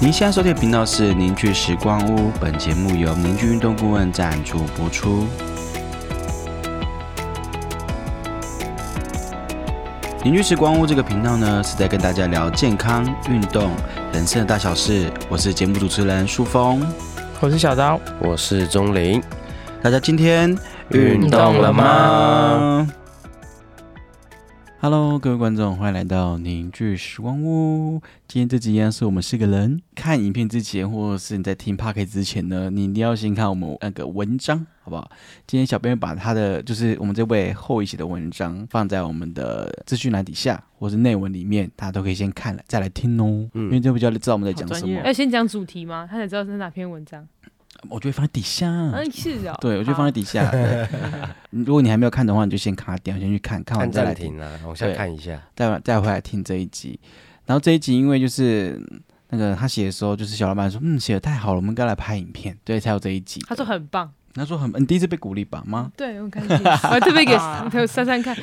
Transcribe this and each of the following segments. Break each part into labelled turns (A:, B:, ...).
A: 您现在收听的频道是《凝聚时光屋》，本节目由凝聚运动顾问赞助播出。凝聚时光屋这个频道呢，是在跟大家聊健康、运动、人生的大小事。我是节目主持人舒峰，
B: 我是小刀，
C: 我是钟林，
A: 大家今天
C: 运动了吗
A: ？Hello，各位观众，欢迎来到凝聚时光屋。今天这集一样是我们四个人看影片之前，或者是你在听 p o c k e t 之前呢，你一定要先看我们那呃个文章，好不好？今天小编把他的就是我们这位后裔写的文章放在我们的资讯栏底下，或是内文里面，大家都可以先看了再来听哦。
C: 嗯
A: 因为这比较知道我们在讲
B: 好
A: 什
B: 专业
A: 么
B: 啊，
D: 要先讲主题吗？他才知道是哪篇文章。
A: 我就会放在底下。
D: 嗯，是哦。
A: 对，我就放在底下。对如果你还没有看的话，你就先卡掉，先去看看完
C: 按
A: 再来
C: 暂
A: 听，
C: 停啊，往下看一下。
A: 再再回来听这一集。然后这一集因为就是那个他写的时候，就是小老板说，嗯，写的太好了，我们应该来拍影片，对，才有这一集。
D: 他说很棒，
A: 他说很，你第一次被鼓励吧妈，
D: 对我很开心，我还特别给朋友珊珊看，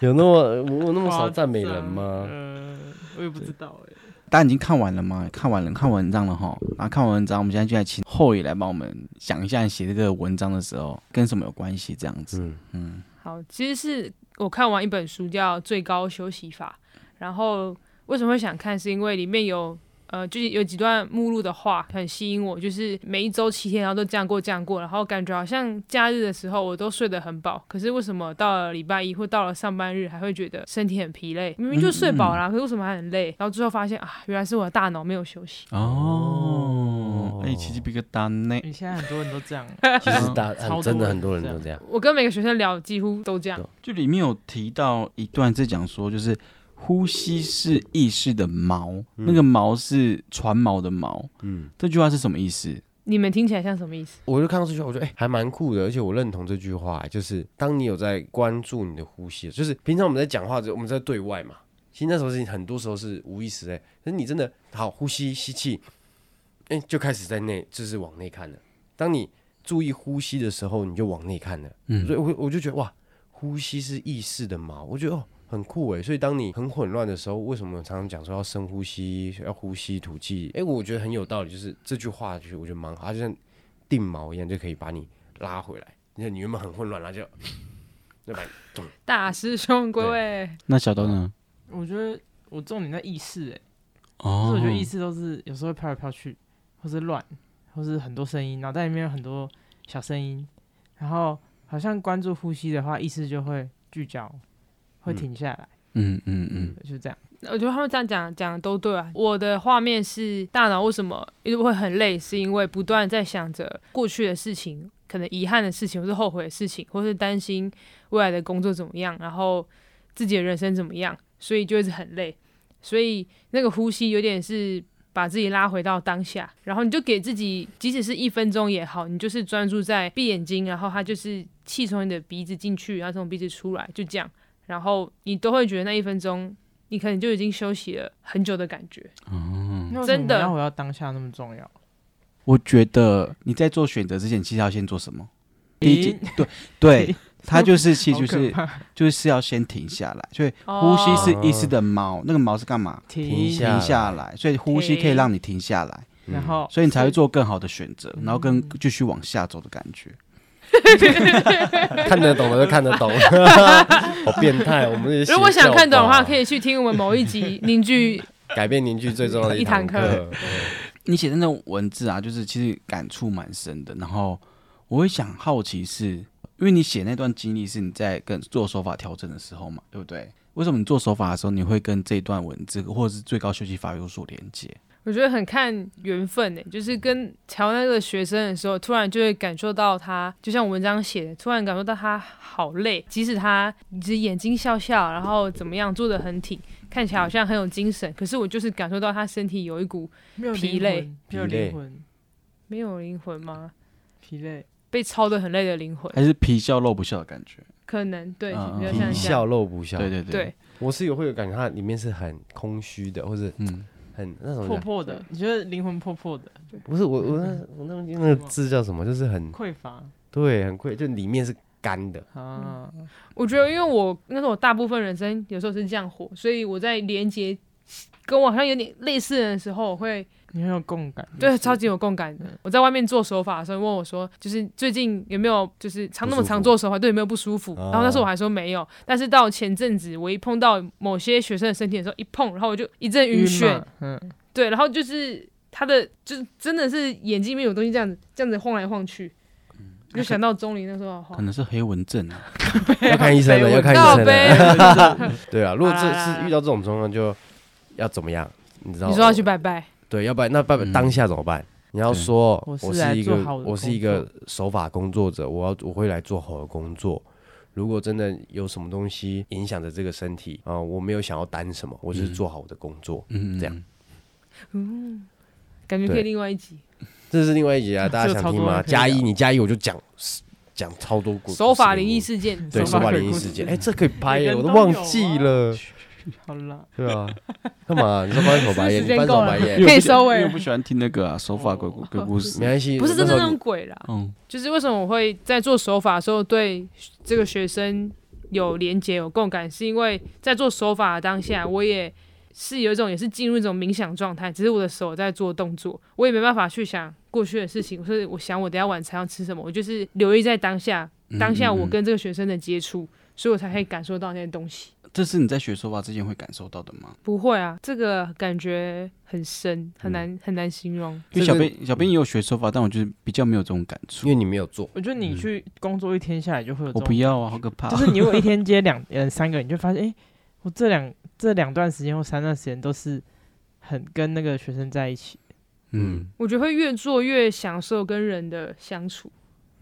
C: 有那么我我那么少
B: 夸
C: 赞美人吗？
B: 呃，我也不知道哎、
A: 大家已经看完了吗？看完了，看完文章了哈。然后看完文章，我们现在就来请后裔来帮我们想一下，你写这个文章的时候跟什么有关系，这样子。
C: 嗯，
A: 嗯，
D: 好，其实是我看完一本书叫《最高休息法》，然后为什么会想看，是因为里面有呃，就是有几段目录的话很吸引我，就是每一周七天，然后都这样过这样过，然后感觉好像假日的时候我都睡得很饱，可是为什么到了礼拜一或到了上班日还会觉得身体很疲累？明明就睡饱
A: 嗯
D: 啦，可是为什么还很累？然后最后发现啊，原来是我的大脑没有休
A: 啊
D: 息。
A: 哦，哎、奇迹比个单呢。
B: 你现在很多人都这样，
C: 其实大
B: 超多
C: 很真的
B: 人
C: 很多人
B: 这样
C: 都这样。
D: 我跟每个学生聊，几乎都这样。
A: 就里面有提到一段是讲说，就是呼吸是意识的锚，那个锚是船锚的锚。
C: 嗯，
A: 这句话是什么意思？
D: 你们听起来像什么意思？
C: 我就看到这句话，我觉得哎、还蛮酷的，而且我认同这句话，就是当你有在关注你的呼吸，就是平常我们在讲话的时候，我们在对外嘛，其实那时候是很多时候是无意识哎、可是你真的好呼吸吸气，哎、就开始在内，就是往内看了。当你注意呼吸的时候，你就往内看了。所
A: 嗯，
C: 以我我就觉得哇，呼吸是意识的锚，我觉得哦很酷诶。所以当你很混乱的时候，为什么常常讲说要深呼吸，要呼吸吐气？诶，我觉得很有道理，就是这句话就是我觉得蛮好，它就像定锚一样，就可以把你拉回来。你看你原本很混乱，然后就就把你
D: 大师兄归位，
A: 那小刀呢？
B: 我觉得我重点在意识哎、就
A: 哦
B: 是我觉得意识都是有时候会飘来飘去，或是乱，或是很多声音，脑袋里面有很多小声音，然后好像关注呼吸的话，意识就会聚焦，会
C: 嗯
B: 停下来，
A: 嗯嗯嗯，
B: 就是这样。
D: 我觉得他们这样讲讲的都对啊。我的画面是大脑为什么一直会很累，是因为不断在想着过去的事情，可能遗憾的事情，或是后悔的事情，或是担心未来的工作怎么样，然后自己的人生怎么样，所以就一直很累。所以那个呼吸有点是把自己拉回到当下，然后你就给自己，即使是一分钟也好，你就是专注在闭眼睛，然后它就是气从你的鼻子进去，然后从鼻子出来，就这样。然后你都会觉得那一分钟，你可能就已经休息了很久的感觉。
A: 哦，
B: 那为什么
D: 真的
B: 要回到当下那么重要？
A: 我觉得你在做选择之前，其实要先做什么？第一件
B: 停，
A: 对对，它就是其
B: 好
A: 实就
B: 可
A: 是
B: 怕
A: 就是要先停下来，所以呼
D: 哦
A: 吸是意识的锚，那个锚是干嘛？
C: 停
B: 停
C: 一下
A: 停 下来，所以呼吸可以
D: 停
A: 让你停下来，
C: 嗯
B: 然后
A: 所以你才会做更好的选择，然后更继续往下走的感觉。
C: 看得懂的就看得 懂，好变态。我们这些
D: 如果
C: 邪教
D: 想看懂的话，
C: 吧
D: 可以去听我们某一集凝聚。
C: 改变凝聚最重要的
D: 一堂
C: 课
D: 课。
A: 你写的那种文字啊，就是其实感触蛮深的。然后我会想好奇是，因为你写那段经历是你在跟做手法调整的时候嘛，对不对？为什么你做手法的时候，你会跟这段文字或者是最高休息法有所连接？
D: 我觉得很看缘分呢、就是跟调那个学生的时候，突然就会感受到他，就像文章写的，突然感受到他好累，即使他只眼睛笑笑，然后怎么样坐得很挺，看起来好像很有精神，可是我就是感受到他身体有一股
B: 没有
D: 疲
B: 灵
D: 累
B: 魂，没有
C: 疲累
B: 灵魂，
D: 没有灵魂吗？
B: 疲累。
D: 被操得很累的灵魂，
A: 还是皮笑肉不笑的感觉？
D: 可能对，
A: 嗯嗯
D: 比较
A: 嗯
D: 像
C: 皮
D: 这
C: 笑
D: 样。
C: 肉不笑，
A: 对对对，
D: 对，
C: 我是有会有感觉，它里面是很空虚的，或者
A: 嗯，
C: 很那种
B: 破破的，你觉得灵魂破破的，
C: 不是我我那我那那个字叫什么？就是很
B: 匮乏
C: 对，很贵，就里面是干 的。
D: 嗯
B: 啊，
D: 我觉得，因为我那时候我大部分人生有时候是这样活，所以我在连接跟我好像有点类似的人的时候，我会
B: 你很有共
C: 嗯
B: 感。
D: 对
B: 就是
D: 超级有共感的
B: 嗯。
D: 我在外面做手法的时候，问我说，就是最近有没有就是常
C: 不舒
D: 那么
C: 服
D: 常做手法，对有没有不舒服？
C: 哦
D: 然后那时候我还说没有，但是到前阵子我一碰到某些学生的身体的时候，一碰，然后我就一阵晕眩，
B: 嘛，嗯，
D: 对，然后就是他的就是真的是眼睛里面有东西这样子这样子晃来晃去，
C: 嗯
D: 我就想到钟离那时候，好
A: 可能是黑文症啊，
C: 要看医生了，要看医
D: 靠
C: 生
D: 背
C: 了。， 对啊，如果这
D: 好啦啦
C: 是
D: 啦
C: 遇到这种状况，就要怎么样？你知道？
D: 你说要去拜拜，
C: 对，要不然那爸爸
A: 嗯
C: 当下怎么办？你要说
B: 我是
C: 我
B: 来
C: 是一
B: 做
C: 个
B: 好的
C: 我是
B: 工
C: 一个手法工作者，我要我会来做好的工作。如果真的有什么东西影响着这个身体啊、呃我没有想要担什么，我就是
A: 嗯
C: 做好我的工作。
A: 嗯，
C: 这样
D: 感觉可
C: 对
D: 以另外一集
C: 这是另外一集啊，大家
B: 这个
C: 想
B: 超
C: 听
B: 多
C: 吗？
B: 人可以
C: 加一，
B: 聊
C: 你加一，我就讲讲超多故
D: 手法灵异
C: 事
D: 事件，
C: 对手
B: 手法
C: 法
B: 鬼
C: 灵异
B: 故
C: 事
B: 事
C: 件，哎，这可以拍
B: 每个
C: 耶，
B: 人
C: 我都
B: 都
C: 忘
B: 有啊
C: 记了，
B: 好啦，
C: 对啊，干嘛？你说翻 手白眼，
D: 时
C: 你
D: 间
C: 翻手
D: 够
C: 白
D: 了
C: 眼，
A: 因为
D: 可以
A: 我不喜
D: 收尾
A: 因为我不喜欢听那个啊，手法鬼故鬼故
C: 没
A: 事，
C: 关系，
D: 不是真
C: 那
D: 的
C: 时
D: 那
C: 候
D: 种
C: 你
D: 鬼啦，
A: 嗯，
D: 就是为什么我会在做手法的时候对这个学生有连结、有共感，是因为在做手法的当下，我也是有一种也是进入一种冥想状态，只是我的手在做动作，我也没办法去想过去的事情，所以我想我等一下晚餐要吃什么，我就是留意在当下，
A: 嗯
D: 当下
A: 嗯
D: 我
A: 嗯
D: 跟这个学生的接触，所以我才可以感受到那些东西。
A: 嗯这是你在学手法之前会感受到的吗？
D: 不会啊，这个感觉很深，很
C: 嗯
D: 难、很难形容。
A: 因为
C: 这
A: 小
C: 个
A: 编小编也有学手法，但我就是比较没有这种感触
C: 因。为你没有做，
B: 我觉得你
A: 嗯
B: 去工作一天下来就会有这
A: 我
B: 种
A: 不要啊，好可怕！
B: 就是你如果一天接两呃三个，你就发现，哎、我这两这两段时间或三段时间都是很跟那个学生在一起，
A: 嗯，
D: 我觉得会越做越享受跟人的相处，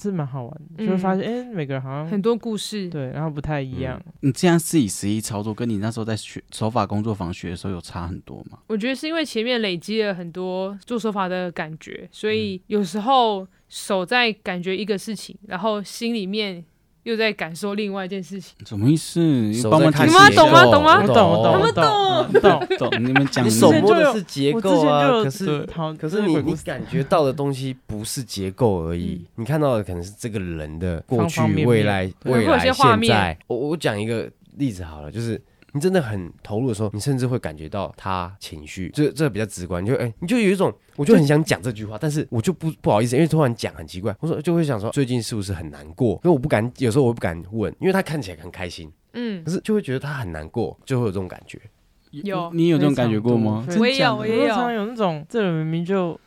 B: 是蛮好玩的，就会发
D: 嗯
B: 现，哎、每个人好像
D: 很多故事。
B: 对，然后不太一样。
A: 你这样自己实际操作，跟你那时候在学手法工作坊学的时候有差很多吗？
D: 我觉得是因为前面累积了很多做手法的感觉，所
C: 嗯
D: 以有时候手在感觉一个事情，然后心里面又在感受另外一件事情。
A: 什么意思？你
C: 手
A: 帮
C: 在
A: 忙
C: 看
A: 解释
D: 你们
A: 一
C: 结
A: 下
D: 懂吗
C: 构
D: 懂吗
B: 我懂，我懂，
D: 我
B: 我
D: 懂
B: 懂，我懂。
A: 懂？你们讲
C: 你
A: 什
C: 手
A: 么
C: 摸的是结
B: 我之
C: 构
B: 前就
C: 啊，
B: 有
C: 可是
A: 对
B: 好，
C: 可是
B: 这
C: 你
B: 鬼
C: 你
B: 故事
C: 感觉到的东西不是结构而已，你看到的可能是这个人的过去、
B: 嗯方方面面
C: 未来、
D: 对
C: 未
D: 会有
C: 来、
D: 些画
C: 现
D: 面
C: 在。我我讲一个例子好了，就是。你真的很投入的时候，你甚至会感觉到他情绪，这这比较直观。你就哎、你就有一种，我就很想讲这句话，但是我就不不好意思，因为突然讲很奇怪。我说就会想说，最近是不是很难过？因为我不敢，有时候我不敢问，因为他看起来很开心，
D: 嗯
C: 可，是就会觉得他很难过，就会有这种感觉。
D: 有
A: 你有这种感觉过吗？
B: 非
D: 我也
B: 常多
D: 有我
B: 非
D: 也有
B: 常常常有那种，这人明明就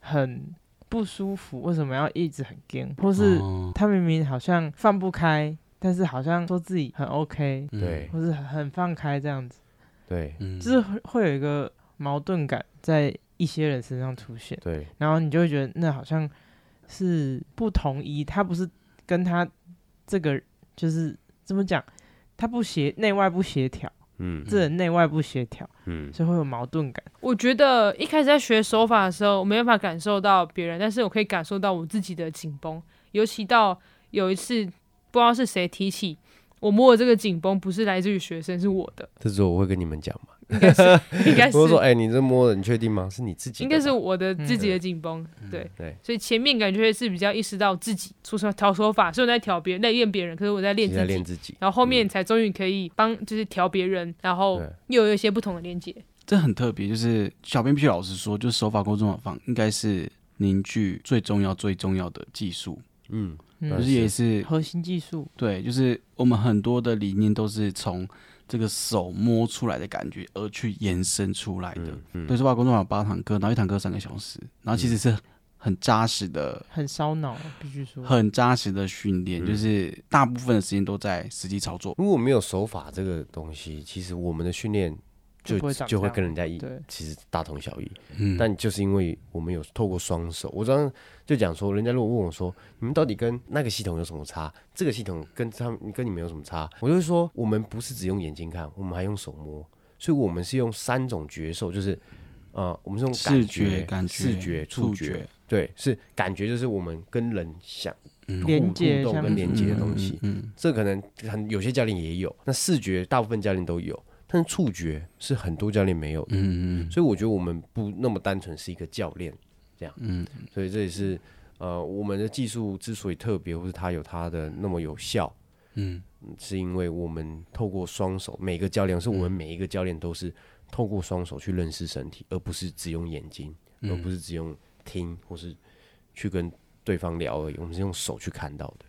B: 很不舒服，为什么要一直很硬，或是
A: 哦
B: 他明明好像放不开，但是好像说自己很 OK，
A: 嗯
C: 对
B: 或是很很放开这样子，
C: 对
A: 嗯，
B: 就是会会有一个矛盾感在一些人身上出现，
C: 对，
B: 然后你就会觉得那好像是不同一，他不是跟他这个就是怎么讲，他不协内外不协调，
C: 嗯
B: 这人内外不协调，
C: 嗯，
B: 所以会有矛盾感。
D: 我觉得一开始在学手法的时候，我没办法感受到别人，但是我可以感受到我自己的紧绷。尤其到有一次，不知道是谁提起，我摸的这个紧绷不是来自于学生，是我 的，
C: 这时候我会跟你们讲嘛，
D: 应该是
C: 我会说，哎、你这摸的，你确定吗？是你自己
D: 应
C: 的吧，
D: 该是我的自己的紧绷。对，
C: 对，
D: 所以前面感觉是比较意识到自己出手调手法，虽然我在调别人，在练别人，可是我在练
C: 自己在
D: 自
C: 练
D: 己。
C: 自己。嗯
D: 然后后面才终于可以帮，就是调别人，然后
C: 对
D: 又有一些不同的连接。
A: 这很特别，就是小编必须老实说，就是手法工作坊应该是凝聚最重要、最重要的技术，
C: 嗯，
B: 嗯
A: 就是也是
B: 核心技术，
A: 对，就是我们很多的理念都是从这个手摸出来的感觉而去延伸出来的。
C: 嗯嗯
A: 对，手法工作坊有八堂课，然后一堂课三个小时，然后其实是很扎实的。
B: 很烧脑，必须
D: 嗯
B: 说。
A: 很扎实的训
C: 嗯
A: 练，就是大部分的时间都在实际操作。
C: 如果没有手法这个东西，其实我们的训练
B: 就
C: 就
B: 不会长
C: 就
B: 这
C: 会
B: 样
C: 跟人家一
B: 对，
C: 其实大同小异。
A: 嗯，
C: 但就是因为我们有透过双手，我刚刚就讲说，人家如果问我说，你们到底跟那个系统有什么差？这个系统跟他们跟你们有什么差？我就会说，我们不是只用眼睛看，我们还用手摸，所以我们是用三种觉受，就是呃，我们是用
A: 嗯视
C: 觉、
A: 感觉、
C: 视觉、触觉，，对，是感觉，就是我们跟人想
A: 嗯
B: 连
C: 互
B: 接
C: 互动
B: 相
C: 跟
B: 处
C: 连接的东西。
A: 嗯，嗯
C: 这可能很有些教练也有，那视觉大部分教练都有，但是触觉是很多教练没有的。
A: 嗯嗯嗯
C: 所以我觉得我们不那么单纯是一个教练这样，
A: 嗯，
C: 所以这也是呃我们的技术之所以特别，或是它有它的那么有效，
A: 嗯，
C: 是因为我们透过双手，每个教练是我们每一个教练都是透过双手去认识身体，而不是只用眼睛，
B: 嗯
C: 而不
A: 嗯
C: 是只用听或是去跟对方聊而已，我们是用手去看到的。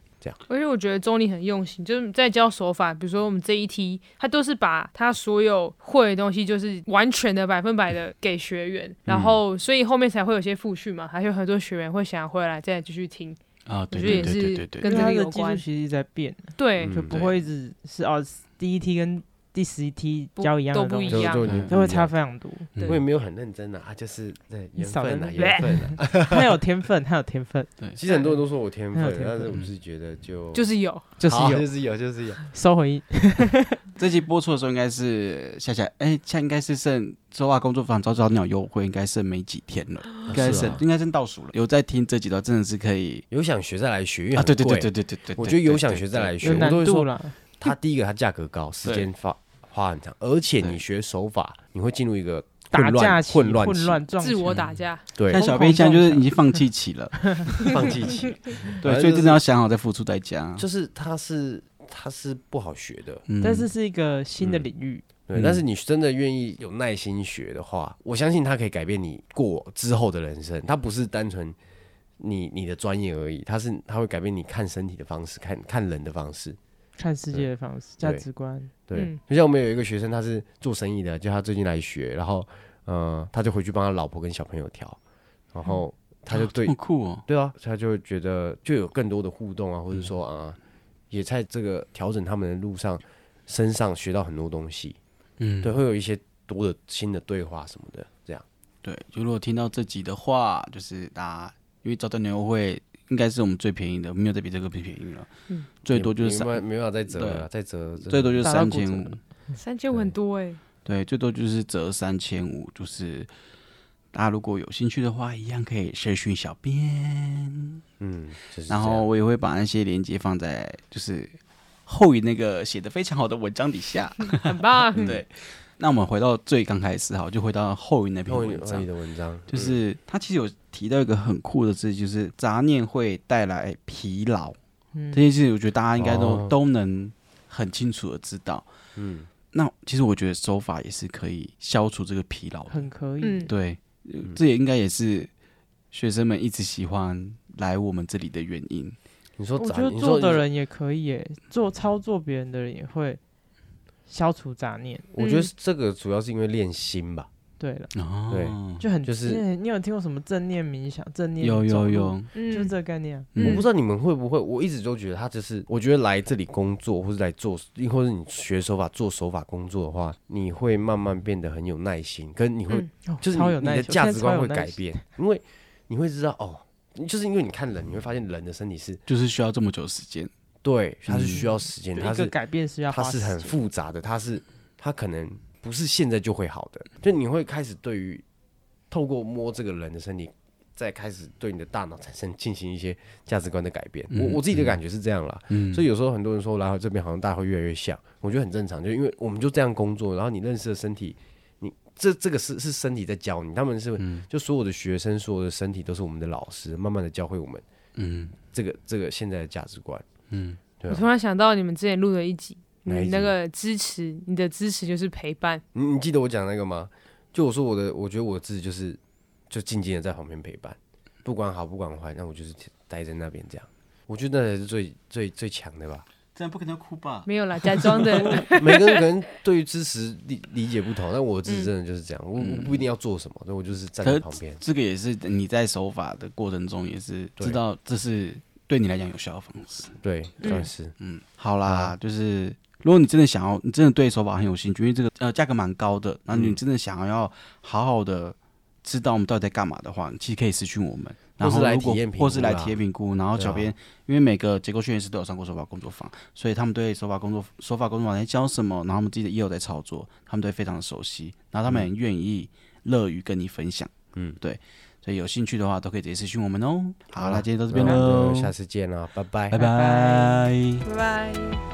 D: 而且我觉得钟离很用心，就是在教手法，比如说我们这一梯，他都是把他所有会的东西，就是完全的百分百的给学员，然后
A: 嗯
D: 所以后面才会有些复训嘛，还有很多学员会想要回来再继续听。
A: 啊，对
D: 我觉
A: 对对
D: 得也
A: 对
D: 是
A: 对对，
D: 跟
B: 因
D: 这
B: 为它
D: 个
B: 的
D: 有
B: 技术
D: 关。
B: 其实一直在变，
D: 对，
C: 嗯
B: 就不
C: 对
B: 会一直是哦第一梯跟第十一梯
D: 不
B: 教一样
D: 都
B: 的
D: 不
B: 东
D: 一
B: 西
D: 样，啊
C: 就就已经
A: 嗯
B: 都会
C: 不一
B: 差
C: 样
B: 非常多。
A: 嗯
C: 我也没有很认真啊，啊，就是对
B: 你
C: 缘
B: 少在
C: 分啊，
B: 那
C: 缘分啊。
B: 他有天分，他有天分，
C: 其实很多人都说我天
B: 很有
C: 分，
B: 天
C: 但
B: 分
C: 是我是觉得就
D: 就是有，
B: 就 是
C: 好
B: 有
C: 就是有，就是有。
B: 收 回
A: 这期播出的时候应该是下下，哎、下应该是剩周二工作坊早早鸟优惠，应该剩没几天了，应该
C: 是
A: 剩、
C: 啊
A: 应该剩倒数了。有在听这几段，真的是可以
C: 有想学再来学，因为
A: 啊！
C: 很
A: 对对对
C: 贵
A: 对对对对，
C: 我觉得有想
A: 对
C: 学再来，学，
B: 有
C: 我
B: 难
C: 都会
B: 度
C: 说
B: 了，
C: 它第一个它价格高，时间花花很长，而且你学手法，你会进入一个
B: 打
C: 混
B: 架
C: 乱
B: 期
C: 混乱
B: 混
C: 期
B: 乱撞
D: 自
B: 墙
D: 我打架，
A: 对
C: 对
A: 但
B: 疯
A: 小
B: 狂
A: 编现在就是
B: 撞
A: 已经放弃期 了，
C: 放弃 期，
A: 对，
C: 反正
A: 所以真
C: 就是
A: 的要想好再付出代价。
C: 就是它是它是不好学的，
A: 嗯
B: 但是是一个新的
C: 嗯
B: 领域，
C: 对，
A: 嗯
C: 但是你真的愿意有耐心学的话，我相信它可以改变你过之后的人生。它不是单纯你你的专业而已，它是它会改变你看身体的方式，看看人的方式。
B: 看世界的方式、价
C: 对
B: 值观，
C: 对，
D: 嗯
C: 就像我们有一个学生，他是做生意的，就他最近来学，然后呃，他就回去帮他老婆跟小朋友调，然后
A: 嗯
C: 他就对、
A: 好酷哦，
C: 对啊，他就会觉得就有更多的互动啊，或者说啊、也在这个调整他们的路上身上学到很多东西。
A: 嗯，
C: 对，会有一些多的新的对话什么的，这样。
A: 对，就如果听到这集的话，就是大家因为早点牛会应该是我们最便宜的，没有再比这个更便宜了，
D: 嗯
A: 最多就是
C: 没
A: 三，
C: 办没办法再折了，再折真的
A: 最多就是
B: 打到
A: 三
B: 骨折
A: 千五
B: 了。
D: 三千五很多
B: 欸
D: 哎、
A: 对，最多就是折三千五，就是大家如果有兴趣的话，一样可以社讯小编，
C: 嗯，就是这
A: 然
C: 样
A: 后我也会把那些链接放在就是后语那个写的非常好的文章底下。
D: 很棒。
A: 对，那我们回到最刚开始哈，就回到后语那篇
C: 后你
A: 文
C: 后
A: 章
C: 你，的文章
A: 就是他其实有提到一个很酷的字，就是杂念会带来疲劳。
B: 嗯
A: 这件事，我觉得大家应该都、
C: 哦
A: 都能很清楚的知道。
C: 嗯，
A: 那其实我觉得手法也是可以消除这个疲劳的。
B: 很可以，
D: 嗯，
A: 对，呃这也应该也是学生们一直喜欢来我们这里的原因。
C: 你说
B: 我
C: 杂
B: 觉得
C: 你说
B: 做的，人也可以耶，做操作别人的人也会消除杂念。
C: 你我觉得
A: 嗯
C: 这个主要是因为练心吧，
B: 对了，
A: 哦，
C: 对
B: 就很
C: 就是
B: 因为你有听过什么正念冥想、正念
A: 有有
B: 走路，
A: 有，
D: 嗯，
B: 就是这个概念啊。
C: 我不
A: 嗯
C: 知道你们会不会，我一直都觉得他就是，我觉得来这里工作或者来做，或者你学手法做手法工作的话，你会慢慢变得很有耐心，跟你会、
D: 嗯
B: 哦
C: 就是你
B: 超有
C: 你
B: 耐
C: 的
B: 心，
C: 价值观会
B: 我现在超有耐
C: 改
B: 心，
C: 变，因为你会知道哦，就是因为你看人，你会发现人的身体是
A: 就是需要这么久时间。
C: 对，它是需要时间，
B: 就
C: 它
B: 嗯一个
C: 是
B: 改变是要
C: 它
B: 花
C: 是
B: 时
C: 很
B: 间，
C: 复杂的，它是它可能不是现在就会好的，就你会开始对于透过摸这个人的身体，再开始对你的大脑产生进行一些价值观的改变。
A: 嗯
C: 我我自己的感觉是这样啦，
A: 嗯，
C: 所
A: 以
C: 以有时候很多人说来到这边好像大家会越来越像，我觉得很正常，就因为我们就这样工作，然后你认识的身体。你这这个是是身体在教你，他们是、
A: 嗯
C: 就所有的学生，所有的身体都是我们的老师，慢慢的教会我们
A: 嗯
C: 这个这个现在的价值观。
A: 嗯，
C: 对
D: 我
C: 啊
D: 突然想到你们之前录的一集，
C: 哪一
D: 你
C: 集
D: 那个支持，你的支持就是陪 伴，
C: 你你记得我讲那个吗？就我说我的，我觉得我自己就是就静静的在旁边陪伴，不管好不管坏，那我就是待在那边这样。我觉得那才是最最最强的吧。
A: 这样不可能哭吧？
D: 没有啦，假 装的，
C: 每个人可能对于支持理理解不同，但我自己真的就是这样，我我不一定要做什么，所以我就是站在旁边。
A: 这个也是你在手法的过程中，也是
C: 对
A: 知道这是对你来讲有效的方式。
C: 对，
D: 嗯
C: 算是。
A: 嗯，好啦，就是如果你真的想要，你真的对手法很有兴趣，因为这个呃价格蛮高的，然后你
C: 嗯
A: 真的想要好好的知道我们到底在干嘛的话，你其实可以私讯我们，然
C: 或是
A: 后
C: 来
A: 如果
C: 体验评
A: 或是
C: 估
A: 来
C: 啦
A: 体验评估，然后
C: 对
A: 小
C: 啊
A: 编、因为每个结构训练师都有上过手法工作坊，所以他们对手法工作手法工作坊在教什么，然后他们自己也有在操作，他们都非常的熟悉，然后他们很愿意乐于跟你分享，
C: 嗯，
A: 对，所以有兴趣的话都可以直接私讯我们哦。好
C: 好
A: 啦，
C: 啦
A: 今天到这
C: 那
A: 边
C: 我
A: 喽
C: 们就，下次见啦，拜拜
A: 拜
B: 拜
A: 拜。
D: 拜拜。